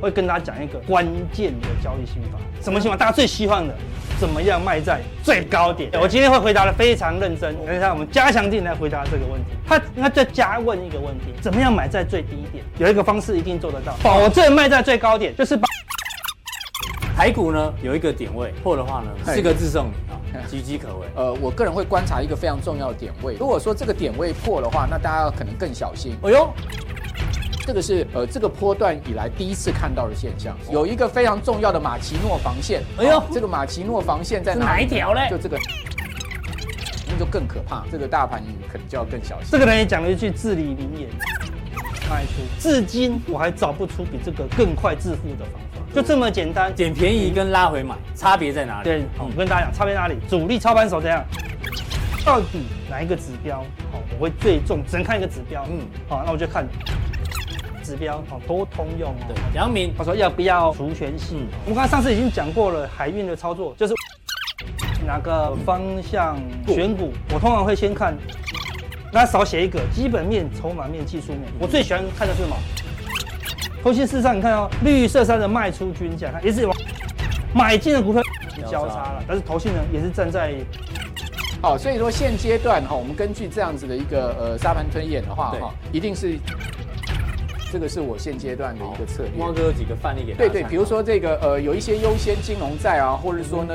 会跟大家讲一个关键的交易心法，什么心法？大家最希望的，怎么样卖在最高点？我今天会回答的非常认真，等一下我们加强定来回答这个问题。他他再加问一个问题，怎么样买在最低点？有一个方式一定做得到，保证卖在最高点，就是把。台股呢有一个点位，破的话呢哎四个字 送你啊，岌岌可危。呃，我个人会观察一个非常重要的点位。如果说这个点位破的话，那大家可能更小心。哎呦，这个是呃这个波段以来第一次看到的现象。有一个非常重要的马奇诺防线。哦哎呦哦这个马奇诺防线在是哪哪里呢？一条嘞就这个，那就更可怕。这个大盘你可能就要更小心。这个人也讲了一句至理名言，卖出。至今我还找不出比这个更快致富的方法，就这么简单。捡便宜跟拉回买差别在哪里？哦对，嗯好我跟大家讲，差别哪里？主力操盘手怎样？到底哪一个指标？好，我会最重，只能看一个指标。嗯嗯，好，那我就看指标，好，都通用哦。对，杨明他说要不要除权息？嗯我们刚才上次已经讲过了，海运的操作就是哪个方向选股，我通常会先看，那少写一个基本面、筹码面、技术面。我最喜欢看的是什么？头先市上你看哦，绿色衫的卖出均价，也是往买进的股票交叉了，但是投信呢也是站在好，所以说现阶段哈，我们根据这样子的一个呃沙盘推演的话对哈，一定是这个是我现阶段的一个策略。猫哥有几个范例给大家对参考。对，比如说这个呃，有一些优先金融债啊，或者说呢，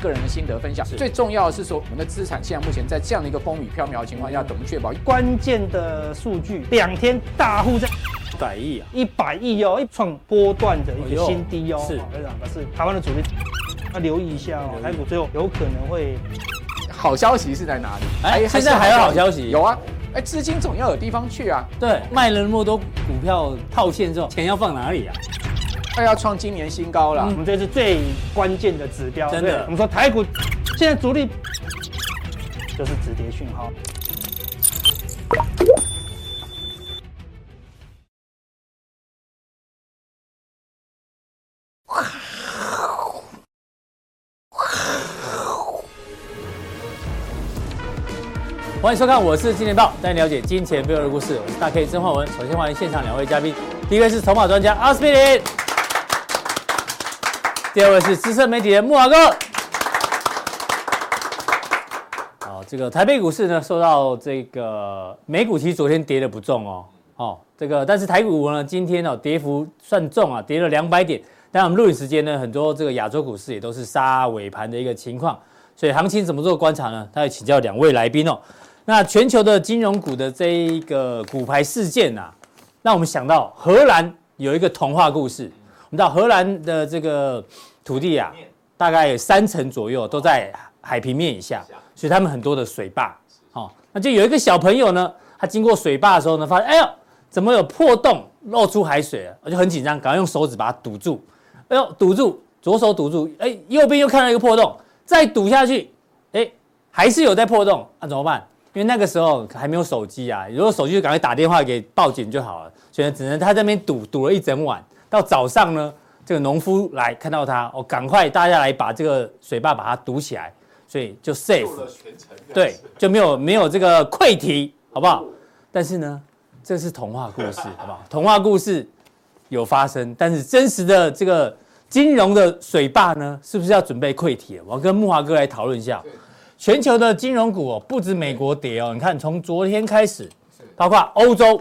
个人的心得分享。是最重要的是说，我们的资产现在目前在这样的一个风雨飘渺的情况下，怎么确保？关键的数据，两天大户在。改易啊，一百亿哦，一创波段的一个新低哦。哎呦是嗯哦跟你讲，但是台湾的主力要留意一下哦留，意台股最后有可能会好消息是在哪里？哎现在是还有好消息有啊，哎，资金总要有地方去啊。对，卖了那么多股票套现之后，钱要放哪里啊？快要创今年新高了嗯我。们这是最关键的指标。真的对我们说台股现在主力就是止跌讯号。欢迎收看，我是金钱豹，带你了解金钱背后的故事。我是大 K 曾焕文。首先欢迎现场两位嘉宾，第一位是筹码专家阿斯匹林，第二位是资深媒体人木华哥。好，哦这个台北股市呢，受到这个美股其实昨天跌的不重哦，哦，这个但是台股呢，今天哦跌幅算重啊，跌了两百点。当然我们录影时间呢，很多这个亚洲股市也都是杀尾盘的一个情况，所以行情怎么做观察呢？他也请教两位来宾哦。那全球的金融股的这一个股牌事件呐、啊，让我们想到荷兰有一个童话故事。我们知道荷兰的这个土地啊，大概有三成左右都在海平面以下，所以他们很多的水坝。哦，那就有一个小朋友呢，他经过水坝的时候呢，发现哎呦，怎么有破洞露出海水了？我就很紧张，赶快用手指把它堵住。哎呦，堵住，左手堵住，哎，右边又看到一个破洞，再堵下去，哎，还是有在破洞，那、怎么办？因为那个时候还没有手机啊，如果手机就赶快打电话给报警就好了，所以只能他在那边堵堵了一整晚，到早上呢，这个农夫来看到他，哦，赶快大家来把这个水坝把它堵起来，所以就 safe，对，就没有没有这个溃堤，好不好？但是呢，这是童话故事，好不好？童话故事有发生，但是真实的这个金融的水坝呢，是不是要准备溃堤了？我要跟木华哥来讨论一下。全球的金融股哦，不止美国跌哦，你看从昨天开始，包括欧洲，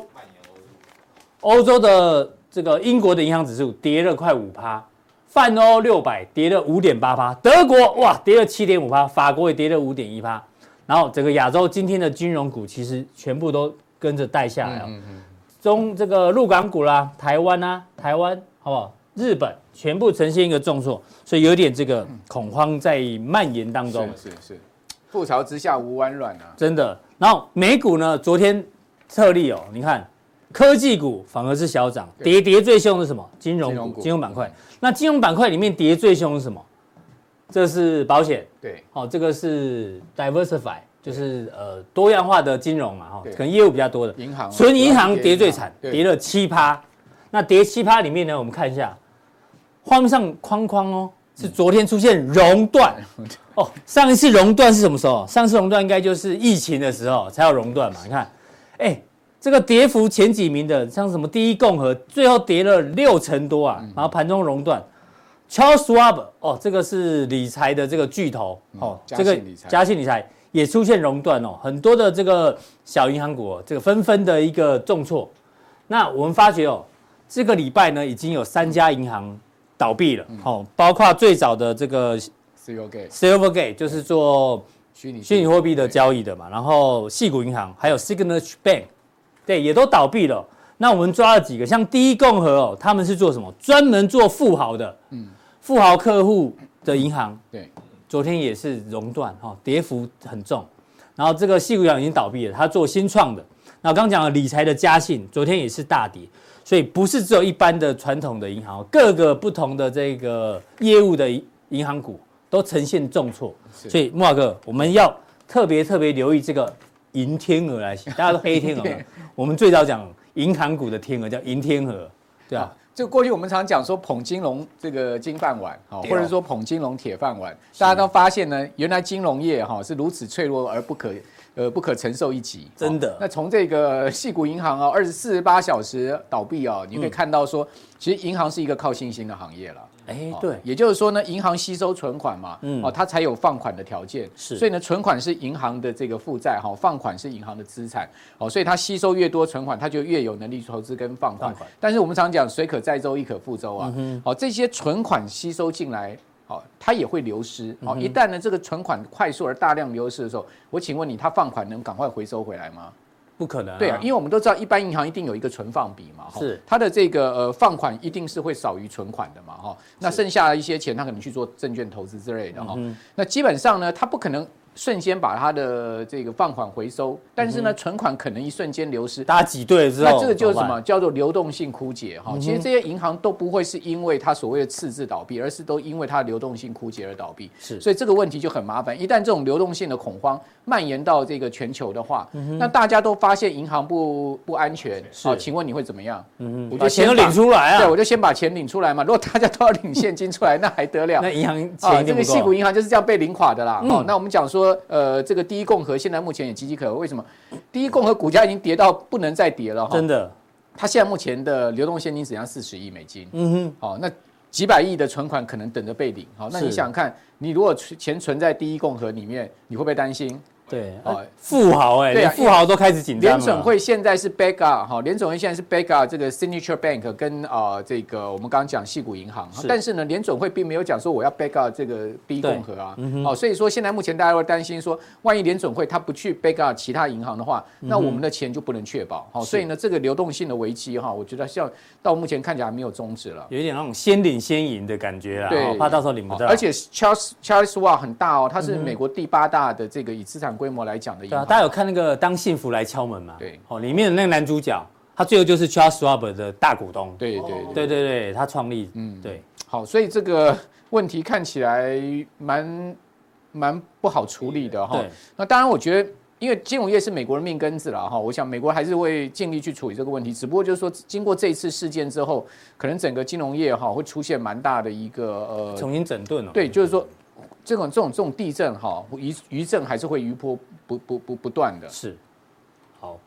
欧洲的这个英国的银行指数跌了快五趴，泛欧六百跌了五点八趴，德国哇跌了七点五趴，法国也跌了五点一趴，然后整个亚洲今天的金融股其实全部都跟着带下来哦。中这个陆港股啦、台湾啊、台湾好不好？日本全部呈现一个重挫，所以有点这个恐慌在蔓延当中。是是是，覆巢之下无完卵啊。真的。然后美股呢，昨天特例哦，你看科技股反而是小涨，对跌跌最凶的是什么？金融金股融、股金融板块。那金融板块里面跌最凶是什么？这是保险，对，哦，这个是 diversify，就是呃多样化的金融嘛，哈、哦，对可能业务比较多的。银行啊纯银行跌最惨，对跌了七趴。那跌七趴里面呢，我们看一下画面上框框哦，是昨天出现熔断。嗯哦，上一次熔断是什么时候？上次熔断应该就是疫情的时候才有熔断嘛。你看，哎，这个跌幅前几名的，像什么第一共和，最后跌了六成多嗯啊，然后盘中熔断。Charles Schwab 哦，这个是理财的这个巨头哦，嗯嘉这个信理财嘉信理财也出现熔断哦，很多的这个小银行股哦、这个纷纷的一个重挫。那我们发觉哦，这个礼拜呢已经有三家银行倒闭嗯了，哦，包括最早的这个 Zero Gate Silvergate 就是做虚拟虚拟货币的交易的嘛，然后细谷银行还有 Signature Bank，对，也都倒闭了。那我们抓了几个，像第一共和哦，他们是做什么？专门做富豪的，嗯，富豪客户的银行，对，昨天也是熔断哈、哦，跌幅很重。然后这个细谷银行已经倒闭了，它做新创的。那我刚刚讲了理财的嘉信，昨天也是大跌，所以不是只有一般的传统的银行哦，各个不同的这个业务的银行股都呈现重挫。是所以莫哥，我们要特别特别留意这个银天鹅来写，大家都黑天鹅嘛对。我们最早讲银行股的天鹅叫银天鹅，对啊，就过去我们常讲说捧金融这个金饭碗，哈，对哦或者说捧金融铁饭碗，大家都发现呢，原来金融业哈是如此脆弱而不可呃不可承受一击，真的哦那从这个系股银行啊，二十四十八小时倒闭哦，你可以看到说，其实银行是一个靠信心的行业了。哎哦对，也就是说呢，银行吸收存款嘛，嗯哦，它才有放款的条件，是所以呢，存款是银行的这个负债哈，放款是银行的资产，哦，所以它吸收越多存款，它就越有能力投资跟放款。放款嗯但是我们常讲水可载舟，亦可覆舟啊，哦，这些存款吸收进来。哦，它也会流失。嗯哦，一旦呢这个存款快速而大量流失的时候，我请问你，它放款能赶快回收回来吗？不可能、啊。对啊，因为我们都知道，一般银行一定有一个存放比嘛，哈是它的这个呃放款一定是会少于存款的嘛，哈，那剩下的一些钱，他可能去做证券投资之类嗯的哈，那基本上呢，他不可能。瞬间把他的这个放款回收，但嗯是呢，存款可能一瞬间流失，大家挤兑了之后，那这个就是怎办什嗯么？叫做流动性枯竭哈？其实这些银行都不会是因为它所谓的赤字倒闭，而是都因为它流动性枯竭而倒闭。是所以这个问题就很麻烦。一旦这种流动性的恐慌蔓延到这个全球的话，那大家都发现银行不不安全，嗯啊是好，请问你会怎么样？嗯我把钱都领出来对，啊我，就先把钱领出来嘛。如果大家都要领现金出来，那还得了？那银行钱啊，一这定个不系股够。银行就是这样被领垮的啦。嗯哦，那我们讲说，呃，这个第一共和现在目前也岌岌可危，为什么？第一共和股价已经跌到不能再跌了哈，真的，它现在目前的流动现金只剩下四十亿美金，嗯哼，好、那几百亿的存款可能等着被领，好、那你是想想看，你如果存钱存在第一共和里面，你会不会担心？对，哦啊富豪哎、对连啊富豪都开始紧张了。啊联准会现在是 Bega 哈，联准会现在是 Bega 这个 Signature Bank 跟呃这个我们刚刚讲系股银行，是但是呢，联准会并没有讲说我要 Bega 这个第一共和啊，嗯哦，所以说现在目前大家会担心说，万一联准会它不去 Bega 其他银行的话，那我们的钱就不能确保，好，嗯是所以呢，这个流动性的危机哈，我觉得像到目前看起来还没有终止了。有一点那种先领先赢的感觉啦，对哦怕到时候领不到。嗯而且 Charles Charles Schwab 很大哦，它是美国第八大的这个以资产规模来讲的银对啊，行。大家有看那个《当幸福来敲门》嘛？对哦，里面的那个男主角，他最后就是 Charles Schwab 的大股东。对对对哦对对对，他创立，嗯，对，好，所以这个问题看起来蛮蛮不好处理的哈对。那当然，我觉得。因为金融业是美国的命根子了哈，我想美国还是会尽力去处理这个问题。只不过就是说，经过这一次事件之后，可能整个金融业哈会出现蛮大的一个呃重新整顿了。哦对，就是说这种这种这种地震哈，余余震还是会余波不不不不断的。是，好，哦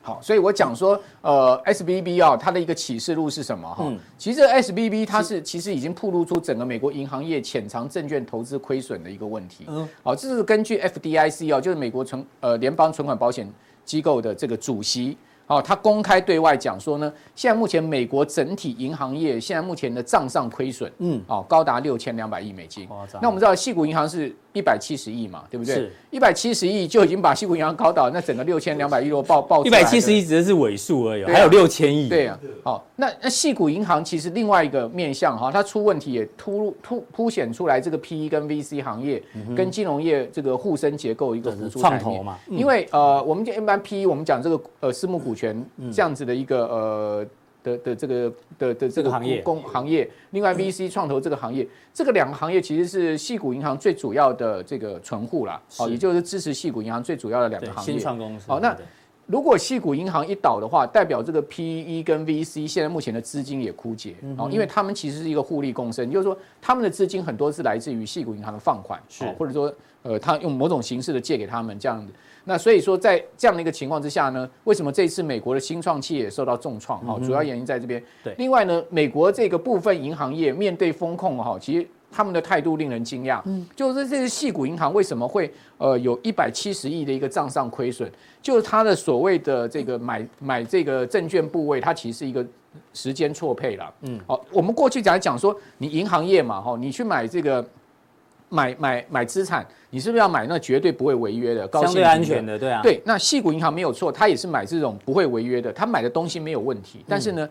好，所以我讲说，呃，S B B 啊，它的一个启示录是什么哈？嗯其实 S B B 它是其实已经暴露出整个美国银行业潜藏证券投资亏损的一个问题。嗯好，这是根据 F D I C 啊，就是美国存呃联邦存款保险机构的这个主席。哦，他公开对外讲说呢，现在目前美国整体银行业现在目前的账上亏损，嗯，哦，高达六千两百亿美金夸张。那我们知道，细谷银行是一百七十亿嘛，对不对是？一百七十亿就已经把细谷银行搞倒，那整个六千两百亿如果爆爆一哦出来百的七十亿只是尾数而已，哦对啊还有六千亿。对啊，好，那那细谷银行其实另外一个面向哈，它出问题也突入突凸显出来这个 PE 跟 VC 行业、跟金融业这个互生结构一嗯个就是浮出创台投面嘛嗯因为呃，我们就一般 PE 我们讲这个呃私募股权嗯这样子的一个呃。的的这个的的这这个个行业嗯工行业，另外 VC 创投这个行业，这个两个行业其实是细谷银行最主要的这个存户啦，哦，是也就是支持细谷银行最主要的两个对，行业。哦新创公司。好那对如果系股银行一倒的话，代表这个 PE 跟 VC 现在目前的资金也枯竭嗯哦，因为他们其实是一个互利共生，也就是说他们的资金很多是来自于系股银行的放款，是哦或者说呃他用某种形式的借给他们这样子。那所以说在这样的一个情况之下呢，为什么这一次美国的新创企业受到重创？哈、主要原因在这边。嗯对另外呢，美国这个部分银行业面对风控哈、其实。他们的态度令人惊讶，嗯就是这些系股银行为什么会呃有一百七十亿的一个账上亏损？就是它的所谓的这个买买这个证券部位，它其实是一个时间错配了。嗯，好、我们过去讲讲说，你银行业嘛，哈、你去买这个买买买资产，你是不是要买那绝对不会违约的、高相性对安全的？的，对啊，对，那细谷银行没有错，它也是买这种不会违约的，它买的东西没有问题，但是呢。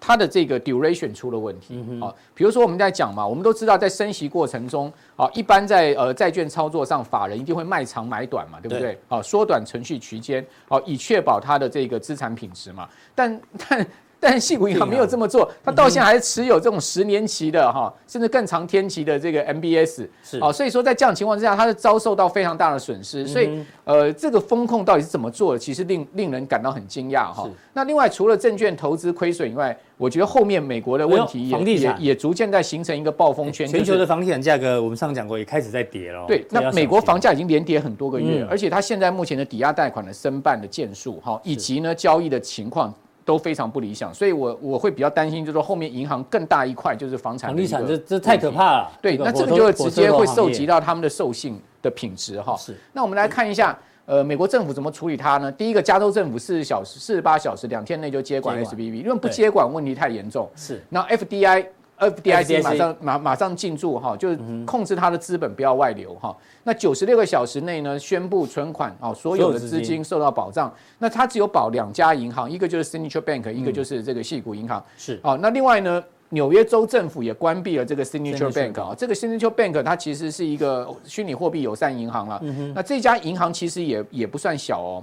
它的这个 duration 出了问题啊，比如说我们在讲嘛，我们都知道在升息过程中啊，一般在呃债券操作上，法人一定会卖长买短嘛，对不对对？啊，缩短程序区间，啊，以确保它的这个资产品质嘛。但 但但细谷银行没有这么做，它到现在还是持有这种十年期的哈，甚至更长天期的这个 MBS，是哦，所以说在这样的情况之下，它是遭受到非常大的损失，所嗯以呃，这个风控到底是怎么做的，其实令令人感到很惊讶哈是。那另外，除了证券投资亏损以外，我觉得后面美国的问题哎呦也房地也产哎也逐渐在形成一个暴风圈，全就球是的房地产价格，我们上讲过也开始在跌了哦。对，所以要那小美国心房价已经连跌很多个月，嗯而且它现在目前的抵押贷款的申办的件数哈，以及呢交易的情况。都非常不理想，所以我我会比较担心，就是说后面银行更大一块就是房产房的一地个产这这太可怕了。对，那这火个车就会直接会受。火车头行及业到他们的授信的品质哈。是。那我们来看一下，呃，美国政府怎么处理它呢？第一个，加州政府四十小时、四十八小时两天内就接管接管 SBB，因为不接管问题太严重。是那 FDI。FDIC FDIC 马上马马上进驻嗯哈，就是控制它的资本不要外流哈。那九十六个小时内呢，宣布存款哦，所有所有的资资金金受到保障。那它只有保两家银行，一个就是 Signature Bank，一个就是这个系谷银行。是哦，那另外呢，纽约州政府也关闭了这个 Signature Signature Bank 啊、这个 Signature Bank 它其实是一个虚拟货币友善银行了。嗯那这家银行其实也也不算小哦，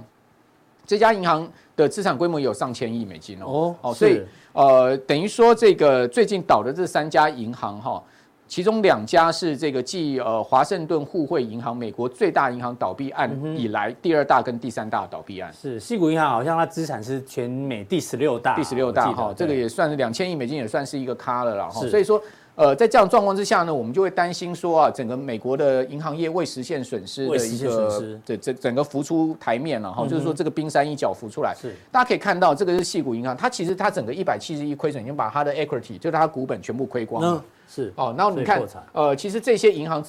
这家银行的资产规模有上千亿美金哦。哦，所以是呃，等于说这个最近倒的这三家银行哈、其中两家是这个继呃华盛顿互惠银行美国最大银行倒闭案嗯以来、第二大跟第三大倒闭案。是，细谷银行好像它资产是全美第十六大，第十六我大记得哈，这个对也算是两千亿美金，也算是一个咖了啦哈。是所以说，呃，在这样的状况之下呢，我们就会担心说啊，整个美国的银行业未实现损失未的实一现损个失对整整个浮出台面了哈，就是说这个冰山一角浮出来。是大家可以看到，这个是细谷银行，它其实它整个一百七十亿亏损，已经把它的 equity，就是它的股本全部亏光了嗯。是哦，然后所你以看破产，呃，其实这些银行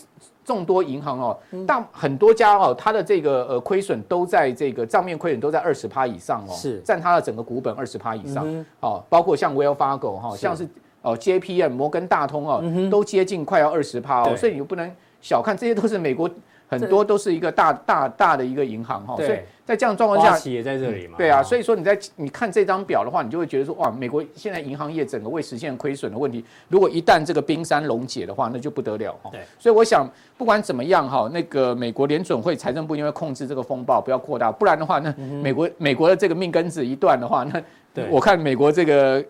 众多银行哦，大很多家哦，它的这个呃亏损都在这个账面亏损都在二十趴以上哦，是占它的整个股本二十趴以上嗯哦，包括像 Well Fargo 哈、像是哦 JPM 摩根大通哦，都接近快要二十趴哦，嗯对所以你不能小看，这些都是美国很多都是一个大大大的一个银行哈、哦，所对以在这样的状况花下。旗也在这里嘛？对啊，哦所以说你在你看这张表的话，你就会觉得说，哇，美国现在银行业整个未实现亏损的问题，如果一旦这个冰山溶解的话，那就不得了哈。对，所以我想不管怎么样哈，那个美国联准会财政部因为控制这个风暴不要扩大，不然的话，那美国美国的这个命根子一断的话，那对我看美国这个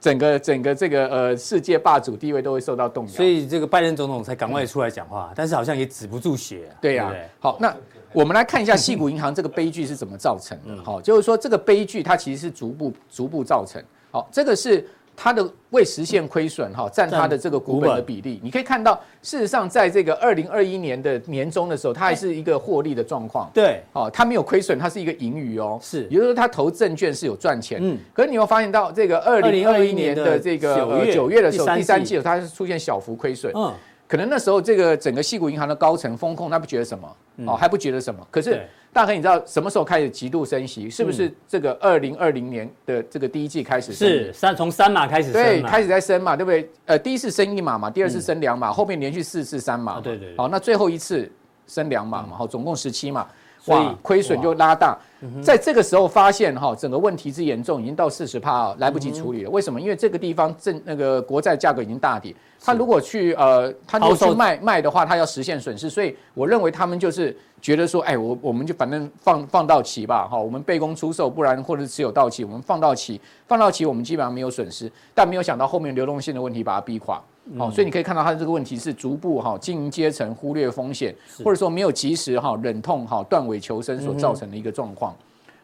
整个整个这个呃世界霸主地位都会受到动摇。所以这个拜登总统才赶快出来讲话，但是好像也止不住血啊。对呀、不对好，那我们来看 一下细谷银行这个悲剧是怎么造成嗯的。好，就是说这个悲剧它其实是逐步逐步造成。好，这个是它的未实现亏损嗯哈，占它的这个股本的比例。你可以看到，事实上在这个二零二一年的年中的时候，它还是一个获利的状况。对，哦，它没有亏损，它是一个盈余哦，是也就是说它投证券是有赚钱，嗯嗯，可是你有没有发现到这个二零二2021一年年的的这个九呃月九月的时第候，三第三季季的时候它是出现小幅亏损，嗯，可能那时候这个整个系股银行的高层风控，他不觉得什么、哦，还不觉得什么。可是嗯对大哥，你知道什么时候开始极度升息？是不是这个二零二零年的这个第一季开始升？是三从三码开始对，升嘛嗯开始在升嘛，对不对？呃，第一次升一码嘛，第二次升两码，后面连续四次三码嘛、啊哦对对对嗯好，那最后一次升两码嘛，好，总共十七码。所以嗯哇，亏损就拉大，在这个时候发现哈，整个问题之严重，已经到四十趴啊，来不嗯及处理了。为什么？因为这个地方正那个国债价格已经大跌，他如果去呃，他如果抛去售卖卖的话，他要实现损失，所以我认为他们就是觉得说，哎，我我们就反正放放到期吧，哈，我们备供出售，不然或者持有到期，我们放到期，放到期我们基本上没有损失，但没有想到后面流动性的问题把它逼垮。好、所以你可以看到它的这个问题是逐步哈、精英阶层忽略风险，或者说没有及时哈、忍痛哈、断尾求生所造成的一个状况。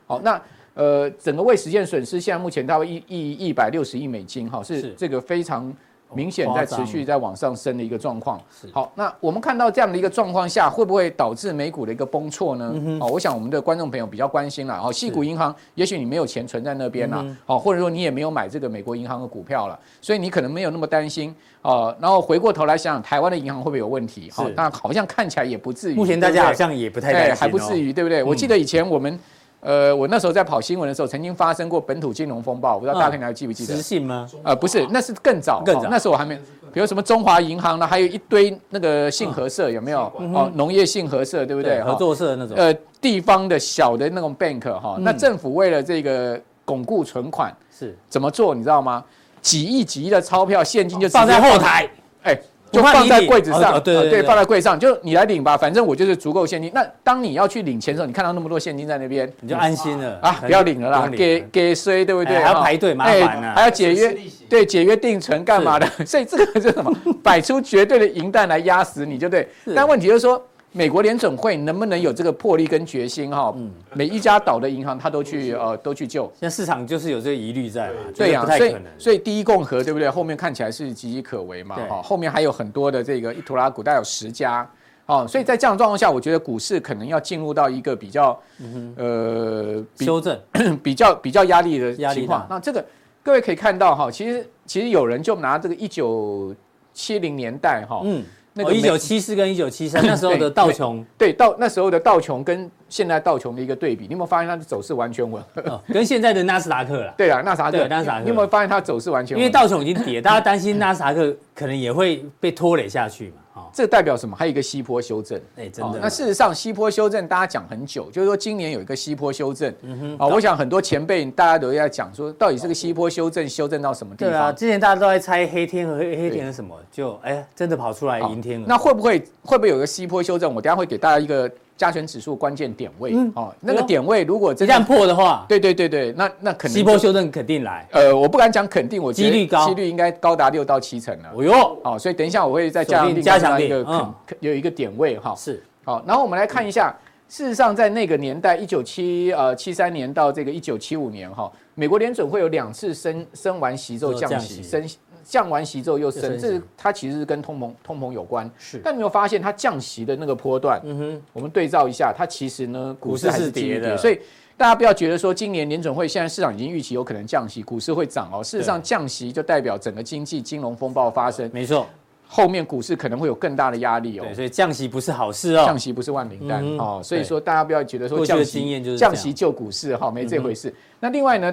好、好，那呃，整个未实现损失现在目前大概一一一百六十亿美金，哈，是是这个非常明显夸在张持续在往上升的一个状况是。好，那我们看到这样的一个状况下，会不会导致美股的一个崩挫呢？嗯哦，我想我们的观众朋友比较关心了。哦，细股银行，也许你没有钱存在那边嗯啦，哦，或者说你也没有买这个美国银行的股票了，所以你可能没有那么担心。哦，然后回过头来想想，台湾的银行会不会有问题？好是，那好像看起来也不至于。目前大对不家对好像也不太担哎，心、哦，还不至于，对不对？我记得以前我们，呃，我那时候在跑新闻的时候，曾经发生过本土金融风暴，我不知嗯道大家你还记不记得实？信吗？呃，不是，那是更早，更早哦那时候我还没，比如什么中华银行呢，还有一堆那个信合社有没有？哦，农业信合社，对不对？合哈作嗯社那种，呃地方的小的那种 bank 哈，那政府为了这个巩固存款是怎么做，你知道吗？几亿几亿的钞票现金就直接放在后台，哎，不就怕放你在领柜子哦上，哦对呃对对放在柜上，就你来领吧，反正我就是足够现金。那当你要去领钱的时候，你看到那么多现金在那边你就安心了啊，不要领了啦，嗯不用给了给税，对不对？哎还要哈排队麻哎烦啊还要解损约失利息，对，解约定存干嘛的？ 所以这个是什么？摆出绝对的银弹来压死你，就对。但问题就是说。美国联准会能不能有这个魄力跟决心哈？嗯每一家倒的银行，他都去呃都去救。现在市场就是有这个疑虑在嘛，对呀、呀、不太所以可能。所以第一共和对不对？后面看起来是岌岌可危嘛，对哈、后面还有很多的这个伊图拉古大有十家，哦，所以在这样的状况下，我觉得股市可能要进入到一个比较，嗯呃，比修正比较比较压力的压力情况大。那这个各位可以看到哈，其实其实有人就拿这个一九七零年代哈，嗯，那那个个嗯美一九七四跟一九七三那时候的道琼、对道那时候的道琼跟现在道琼的一个对比，你有没有发现它的走势完全吻 合？哦跟现在的纳斯达克啦，对了，纳斯达克，对纳斯达克你有没有发现它走势完全因吻合？为道琼已经 跌，大家担心纳斯达克可能也会被拖累下去嘛，哦，这代表什么？还有一个西坡修正。哎、真的，哦那事实上，西坡修正大家讲很久，就是说今年有一个西坡修正。嗯哼。啊、我想很多前辈大家都在讲说，到底这个西坡修正修正到什么地对啊，方？之前大家都在猜黑天鹅，黑黑天鹅什么，就哎真的跑出来好银天鹅，那会不会会不会有一个西坡修正？我等一下会给大家一个加权指数关键点位。嗯哦，那个点位如果一真旦的，破的话，对对对对，那那肯哎定西波。修正肯定来，呃，我不敢讲肯定，我觉得几率高几率应该高达六到七成了。哦哟，好、所以等一下我会再锁加上定另加外强一个点肯、嗯肯有一个点位哈。是好，然后我们来看一下，事实上在那个年代，一九七呃七三年到这个一九七五年哈，美国联准会有两次升升完息之后降息，降升降完息之后又又升，升息这是它其实是跟通膨通膨有关。是但你有没有发现它降息的那个波段，嗯哼，我们对照一下，它其实呢股股市市还是是继跌续的跌，所以。大家不要觉得说今年联准会现在市场已经预期有可能降息，股市会涨哦。事实上，降息就代表整个经济金融风暴发生，没错，后面股市可能会有更大的压力哦。对，所以降息不是好事哦降，息不是万灵丹嗯哦，所以对说大家不要觉得过说去的降息经验就是这样嗯降息救股市哈，没这回事。那另外呢，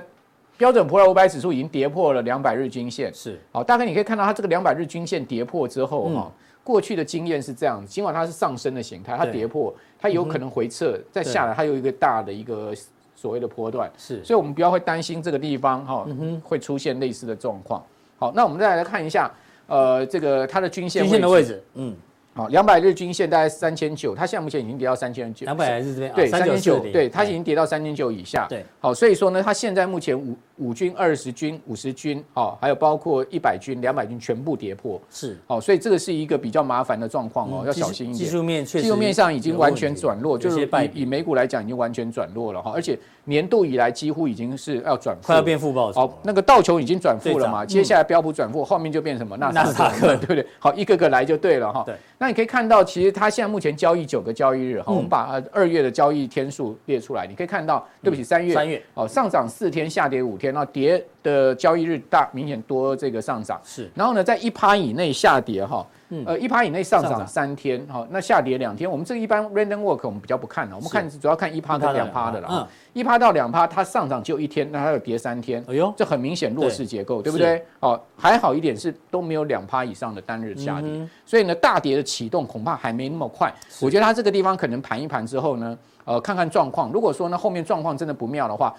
标准普尔五百指数已经跌破了两百日均线，是好，大概你可以看到它这个两百日均线跌破之后嗯哈，过去的经验是这样，尽管它是上升的形态，它对嗯跌破它有可能回撤，再下来它有一个大的一个所谓的波段，是，所以我们不要会担心这个地方哈嗯会出现类似的状况。好，那我们再来看一下，呃，这个它的均线均线的位位置。置，嗯，好，两百日均线大概三千九，它现在目前已经跌到三千九，两百还是这边，啊对三三九千四九，零，哎对，它已经跌到三千九以下。对，好，所以说呢，它现在目前五五均、二十均、五十均，哦，还有包括一百均、两百均全部跌破，是哦，所以这个是一个比较麻烦的状况哦，嗯要技术小心一技点。术面确实技术面上已经完全有问转弱，有些就是败以笔以美股来讲已经完全转弱了哈，而且年度以来几乎已经是要转题，负快要变负报酬好了，，哦那个道琼已经转负了嘛，对涨接下来标普转负，后面就变什么嗯 纳斯达纳斯达克克，对不对？好，一个个来就对了哈。对，那你可以看到，其实它现在目前交易九个交易日哈，我们把呃二月的交易天数列出来，你可以看到，对不起，嗯三月，三月哦，上涨四天，下跌五天，那跌的交易日大明显多这个上涨，是然后呢，在一趴以内下跌哈。呃，一趴以内上上涨涨三天，好，那下跌两天。我们这个一般 random work 我们比较不看了，我们看主要看一趴1%跟到两趴的嗯2%了。一趴到两趴，它上涨就一天，那它有跌三天。哎呦，这很明显弱势结构，对对不对？哦，还好一点是都没有两趴以上的单日下跌，嗯所以呢，大跌的启动恐怕还没那么快。我觉得它这个地方可能盘一盘之后呢，呃，看看状况。如果说呢后面状况真的不妙的话，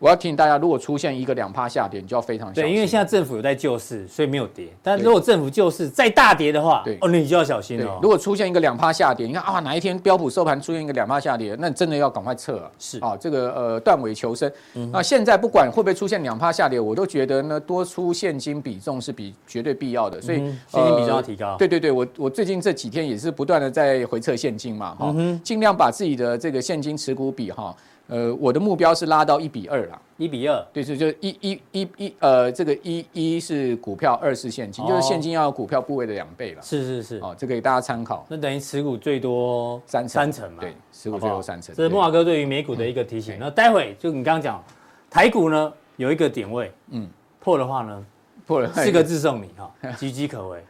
我要提醒大家，如果出现一个两趴下跌，你就要非常小对，心。因为现在政府有在救市，所以没有跌，但如果政府救市再大跌的话对，哦，那你就要小心对哦，如。果出现一个两趴下跌，你看啊，哪一天标普收盘出现一个两趴下跌，那你真的要赶快撤啊！是嗯啊，这个呃断尾求生。那现在不管会不会出现两趴下跌，我都觉得呢，多出现金比重是比绝对必要的，所以嗯现金比重要呃提高对对对，我我最近这几嗯天也是不断的在回撤现金嘛，哈，尽量把自己的这个现金持股比哈。呃，我的目标是拉到一比二啦。一比二，对，所以就一一一一呃，这个一一是股票，二是现金，就是现金要有股票部位的两倍了。哦是是是，哦，这个给大家参考。那等于持股最多三成三成嘛，对持股好不好最多三成这是对嗯莫华哥对于美股的一个提醒。对那待会就你刚刚讲，台股呢有一个点位，嗯嗯，破的话呢，破了四个字送你 哈，岌岌可危。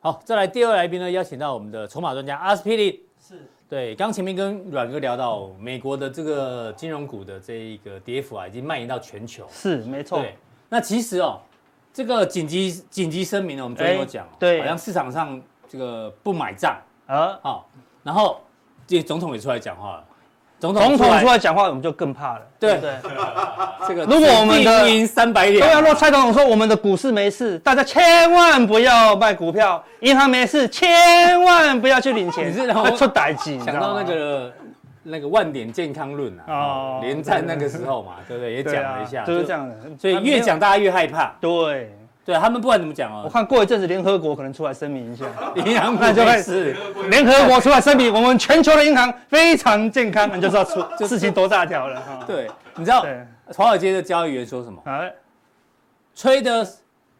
好，再来第二来宾呢，邀请到我们的筹码专家阿斯匹林。是对，刚前面跟阮哥聊到，美国的这个金融股的这一个跌幅啊，已经蔓延到全球。是没错，对，那其实哦，这个紧急紧急声明呢，我们昨天有讲哦、哎对好像市场上这个不买账，啊，好、然后这总统也出来讲话了，总统总统出来来讲话，我们就更怕了，对不对？这个，如果我们的赢三百点，对啊，若蔡总统说我们的股市没事，大家千万不要卖股票，银行没事，千万不要去领钱， 你是让我会出歹机，你知想道到吗那个那个万点健康论啊，哦哦，连战那个时候嘛，对不对？也对讲啊了一下，就是这，样的，所以越讲大家越害怕，对。对他们不管怎么讲我哦，看过一阵子，联合国可能出来声明一 下，银行那股就就会是 联合国出来声明，我们全球的银行非常健康，你就知道 出事情多大条了哈。对，你知道对，华尔街的交易员说什么？哎，吹的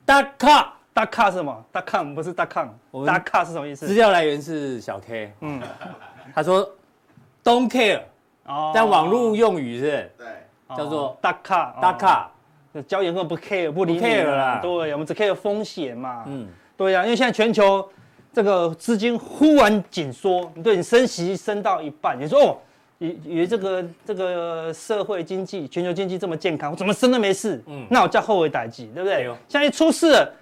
大卡，大卡是什么？大抗不是大抗我，们大卡是什么意资思？料来源是小 K，嗯，他说 don't care，哦在网络用语是不是对，叫做大卡，哦大，卡，交易员根本不 care 不理你不 care 啦对，我们只 care 风险嘛。嗯，对啊呀、因为现在全球这个资金忽然紧缩，你对你升息升到一半，你说哦，以以这个这个社会经济、全球经济这么健康，我怎么升都没事，嗯嗯，那我叫后悔逮鸡，对不哎对？呦现在一出事了，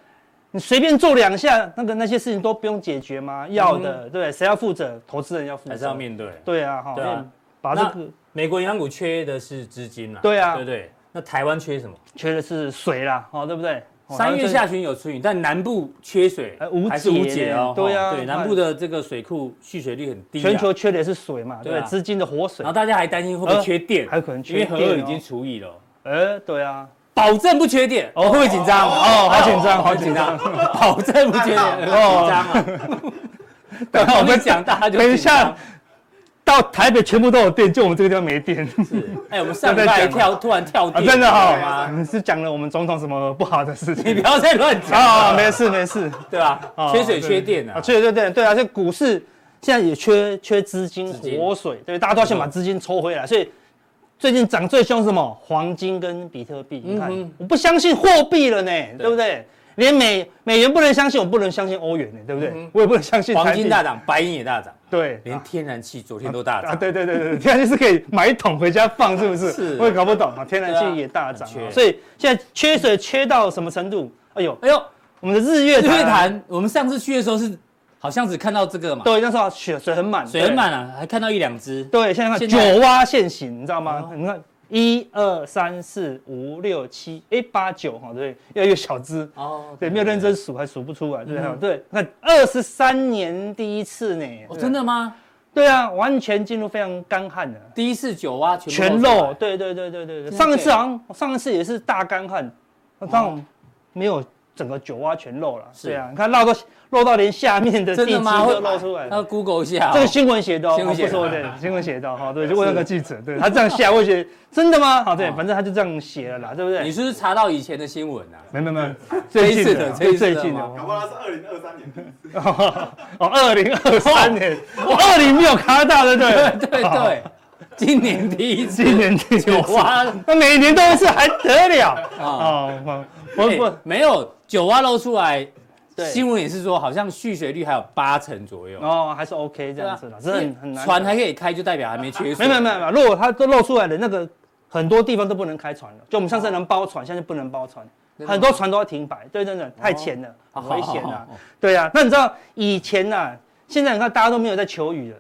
你随便做两下，那个那些事情都不用解决吗？要的，对不对？谁要负责？投资人要负责，嗯还是要面对。对啊，哈、对啊因为把这那个美国银行股缺的是资金啦，对啊对不对？那台湾缺什么？缺的是水啦，哦，对不对？哦三月，下旬有春雨，但南部缺水呃无解还是无解哦呢。对啊哦对，那南部的这个水库蓄水率很低啊，全球缺的是水嘛，对不对啊对？资金的活水然后，大家还担心会不会缺电，还有可能缺因为核二电哦已经除以了，呃，对啊。保证不缺电。哦，会不会紧张？哦好紧张哦好紧张，保证不缺电，很紧张啊。对， 我们讲大家就等一紧张下，到台北全部都有电，就我们这个地方没电。哎，我们上礼拜跳突然跳 啊，电，真的你知道哈、吗你是讲了我们总统什么不好的事你情？不要再乱讲啊、啊，没事没事。对吧？哦缺水对缺电啊，缺水缺电，对啊，这股市现在也缺缺资金金嗯活水，对，大家都要先把资金抽回来，所以。最近涨最凶是什么？黄金跟比特币。你看，嗯哼我不相信货币了呢，对不对？连美美元不能相信，我不能相信欧元呢，对不对？我也不能相信嗯黄台币金大涨，白银也大涨，对，连天然气昨天都大啊，涨。对对对对对，天然气是可以买一桶回家放，是不是？是我也搞不懂啊，天然对啊气也大涨、很缺啊，所以现在缺水缺到什么程度？哎呦，哎呦，我们的日月日潭啊月，潭，我们上次去的时候是好像只看到这个嘛，对，那时候水水很满，水很满啊，还看到一两只。对。对，现在看现在九蛙现行，你知道吗？哦你看一二三四五六七，哎八九哈，对，越来越小只。哦对，没有认真数还数不出来，对嗯啊哼，对，看二十三年第一次呢，哦，真的吗？对啊，完全进入非常干旱的，第一次九蛙全全露出来漏，，对对对对对对，真的上一这次样好像上一次也是大干旱，那当然没有整个酒蛙全漏了，是对啊，你看漏到漏到连下面 的地真基的吗？都漏出来要了。 Google 一下哦。这个新闻写的哦，新哦闻不写是的我对新闻写到哈，对，就问那个记者，对他这样下，我也觉得真的吗？好，对，哦反正他就这样写了啦，对不你对？是不是查到以前的新闻 啊？没没没，这最一次近的的，这一次最的近的吗搞不好他是二零二三年第一次。哦，二零二三年，哦我二零没有卡到，对不对？ 对对对，今年第一次今年第一次九蛙那每年都是还得了啊，哦，我哎我没有九蛙露出来，对新闻也是说好像蓄水率还有八成左右。哦，还是 OK 这样子啊啦，真的因为很很难。船啊还可以开，就代表还没缺没水。有没有没有没有，如果它都露出来的那个很多地方都不能开船了，就我们哦上次能包船，现在不能包船，真的吗很多船都要停摆，对，哦真的太浅了，很危险好好啊 好好。对啊，那你知道以前呐、啊，现在你看大家都没有在求雨了。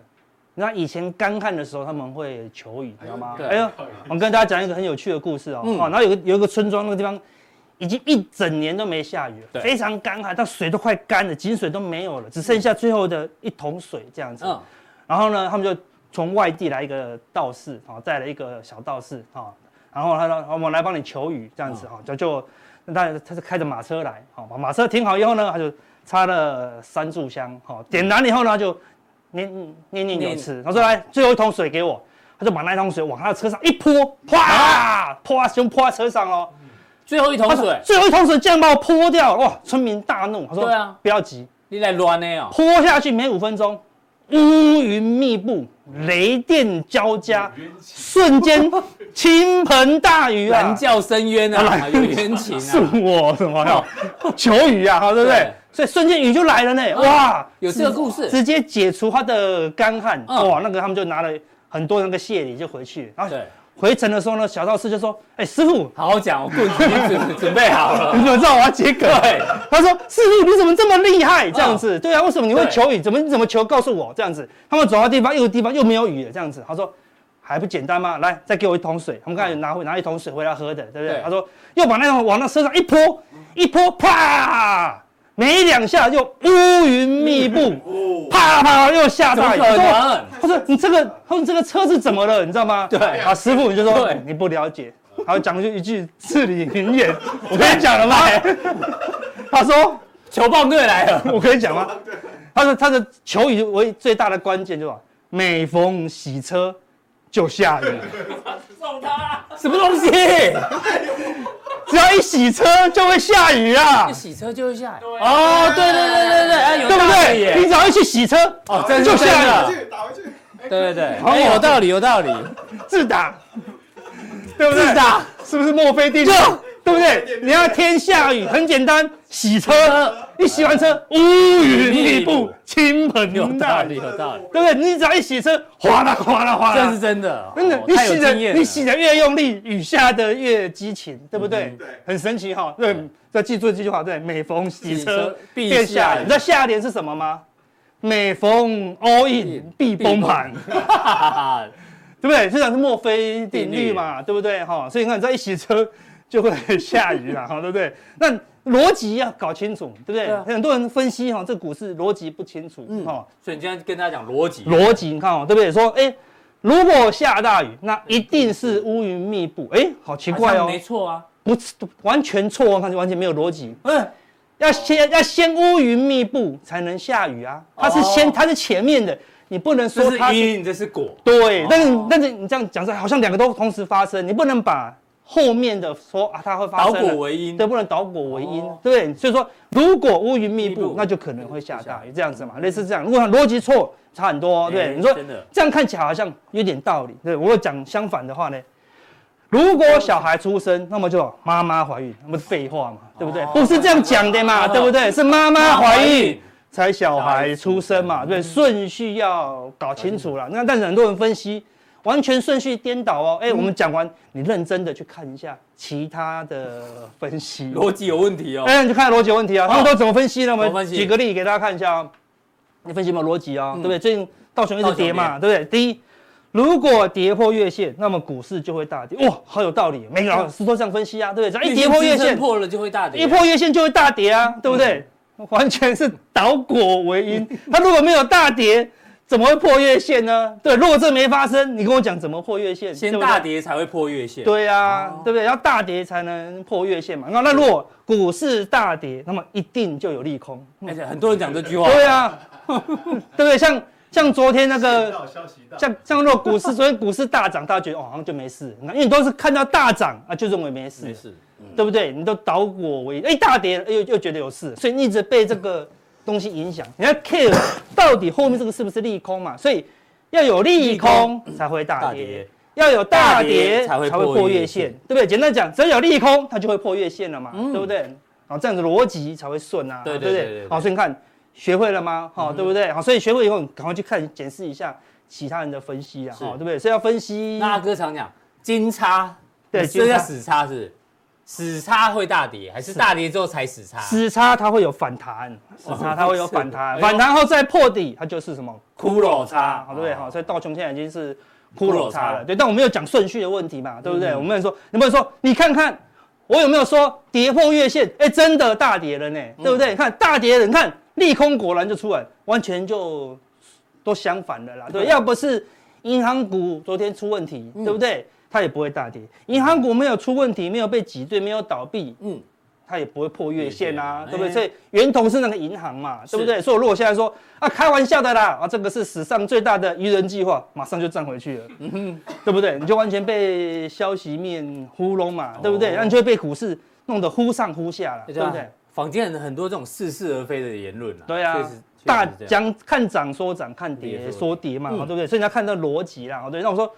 那以前干旱的时候，他们会求雨，你知道吗？对嗯哎呦，我跟大家讲一个很有趣的故事哦。哦，然后有个有一个村庄，那个地方已经一整年都没下雨对了，非常干旱，到水都快干了，井水都没有了，只剩下最后的一桶水这样子。嗯，然后呢，他们就从外地来一个道士，哦，带了一个小道士，哦，然后他说，哦我们来帮你求雨这样子，嗯哦，就就那他他是开着马车来，哦，把马车停好以后呢，他就插了三炷香，哦，点燃了以后呢，就念念念有词，他嗯说来最后一桶水给我，他就把那一桶水往他的车上一泼，啪，泼他胸泼他车上哦，最后一桶他说啊 水，最后一桶水竟然把我泼掉，哇，村民大怒，他说对啊不要急，你来乱的哦，泼下去没五分钟，乌云密布，雷电交加，瞬间倾盆大雨蓝啊！教深 渊啊，有冤情是啊，哦我什么呀？求雨 啊，对不对对？哦所以瞬间雨就来了呢，哇！有这个故事直接解除他的干旱，嗯哇！那个他们就拿了很多那个谢礼就回去，然后对，回程的时候呢，小道士就说：“哎，师傅，好好讲，我棍子已经准准备好了 你，怎么知道我要接梗？” 对，他说：“师傅，你怎么这么厉害？这样嗯子，对啊，为什么你会求雨？怎么你怎么求？告诉我这样子。”他们走到地方又有地方又没有雨了，这样子。他说：“还不简单吗？来，再给我一桶水。”他们刚才有拿回拿一桶水回来喝的，对不对嗯对？他说：“又把那桶往那身上一泼，一泼，啪！没两下就乌云密布，哦啪啪又下嗯怎大么雨。”可他能？说：“你这个，他说这个车是怎么了？你知道吗？”对啊，师傅你就说对你不了解，然后讲出一句至理名言，我跟你讲了吗？哎他说球棒队来了，我跟你讲吗？他说他的求雨为最大的关键就是每逢洗车就下雨，什么东西？只要一洗车就会下雨啊一！洗车就会下来，哦，对对对对对对，哎，有对不道理对？你耶，只要一去洗车，哦，真就是下来真了的去打回去，对对对， 好哎，有道理有道 理，自打，对不对？自打是不是墨菲定律？对不对？你要天下雨，很简单，洗车，一洗完车，乌云密布，倾有盆道大理雨，有道理，对不对？你只要一洗车，哗啦哗啦哗这是啦，真的， 真的哦，你太有洗的经验你了洗的越用力，雨下的越激情，对不嗯对？对很神奇哈。对，要记住这句话，对，每逢洗洗车车嗯必便下下雨雨。你知道下联是什么吗？每逢 all in 必崩盘。哈哈，对不对？这讲是墨菲定律嘛，对不对？哈、所以你看，你只要一洗车就会下雨啦，哈，对不对？那逻辑要搞清楚，对不对？对啊很多人分析哈、这股市逻辑不清楚，嗯，哈、 所以你今天跟大家讲逻辑，啊逻辑你看哦，对不对？说，哎，如果下大雨，那一定是乌云密布，哎，好奇怪好像哦没，错啊，不是完全错哦，看完全没有逻辑。嗯，要先要先乌云密布才能下雨啊，它是先、哦它是前面的，你不能这说它是因，这是果，对，但是但是你这样讲出来，好像两个都同时发生，你不能把后面的说啊它会发导生了，果为因，对，不能倒果为因，哦对不对？所以说，如果乌云密密布布，那就可能会下大雨，这样子嘛，类似这样。如果逻辑错，差很多、哦，对不哎对？你说真的这样看起来好像有点道理，对不对。我若讲相反的话呢，如果小孩出生，那么就妈妈怀孕，那不是废话嘛，对不对？哦不是这样讲的嘛，哦对不对？是妈妈怀孕。才小孩出生嗯嘛，对，顺序要搞清楚了。那但是很多人分析完全顺序颠倒哦。嗯哎，我们讲完，你认真的去看一下其他的分析。逻辑有问题哦，哎，你去看逻辑有问题啊，他们都怎么分析呢？我怎么分们析嗯举个例给大家看一下啊。你分析有没有逻辑啊？对不对？最近道琼一直跌嘛，对不对？第一，如果跌破月线，那么股市就会大跌。哇，好有道理，每个嗯老师都这样分析啊，对不对？只要一跌破月支撑线，破了就会大跌，啊一破月线就会大跌啊，对不嗯对？完全是倒果为因。它如果没有大跌，怎么会破月线呢？对，如果这没发生，你跟我讲怎么破月线？先对不对大跌才会破月线，，对呀、哦对不对？要大跌才能破月线嘛。那那如果股市大跌，那么一定就有利空。而哎且很多人讲这句话，对啊呀、哦 对不对？像像昨天那个，到消息到，像像如果股市昨天股市大涨，大家觉得哦好像就没事，那因为你都是看到大涨啊就认为没事没，事，对不对？你都倒果为哎大跌了，哎又又觉得有事，所以你一直被这个东西影响，你要 care 到底后面这个是不是利空嘛？所以要有利空才会大大跌跌。，要有大大跌跌才会破破月月线嗯线，对不对？简单讲，只要有利空，它就会破月线了嘛，对不对？然后这样子逻辑才会顺啊，对对对不对对对嗯对？好，所以你看学会了吗？好，对不对？好，所以学会以后，你赶快去看检视一下其他人的分析啊，是好，对不对？所以要分析那阿哥常讲金叉，对这金叫叉死叉是不是死叉会大跌，还是大跌之后才死叉？死叉它会有反弹，死叉它会有反是弹，的反弹后再破底，它就是什么骷髅叉哦好哦对不对？好，所以道琼现在已经是骷骷髅髅叉叉了，对。但我没有讲顺序的问题嘛，对不对？我没有说，你没有说，你看看我有没有说跌破月线？哎，真的大跌了呢，对不对？你看大跌了，你看利空果然就出来，完全就都相反了啦，对。要不是银行股昨天出问题，对不对？它也不会大跌。银行股没有出问题，没有被挤兑，没有倒闭，嗯嗯。它也不会破月线啊，月对线不对？哎所以源头是那个银行嘛，对不对？所以我如果现在说啊，开玩笑的啦，啊，这个是史上最大的愚人计划，马上就站回去了，对不对？你就完全被消息面糊弄嘛，对不对？那你就会被股市弄得忽上忽下了，对不对？？坊间很多这种似是而非的言论啊。对啊确实，大确实这样讲看涨说涨，看跌跌说说跌嘛，哦嗯对不对？所以你要看到逻辑啦，哦对。那我说，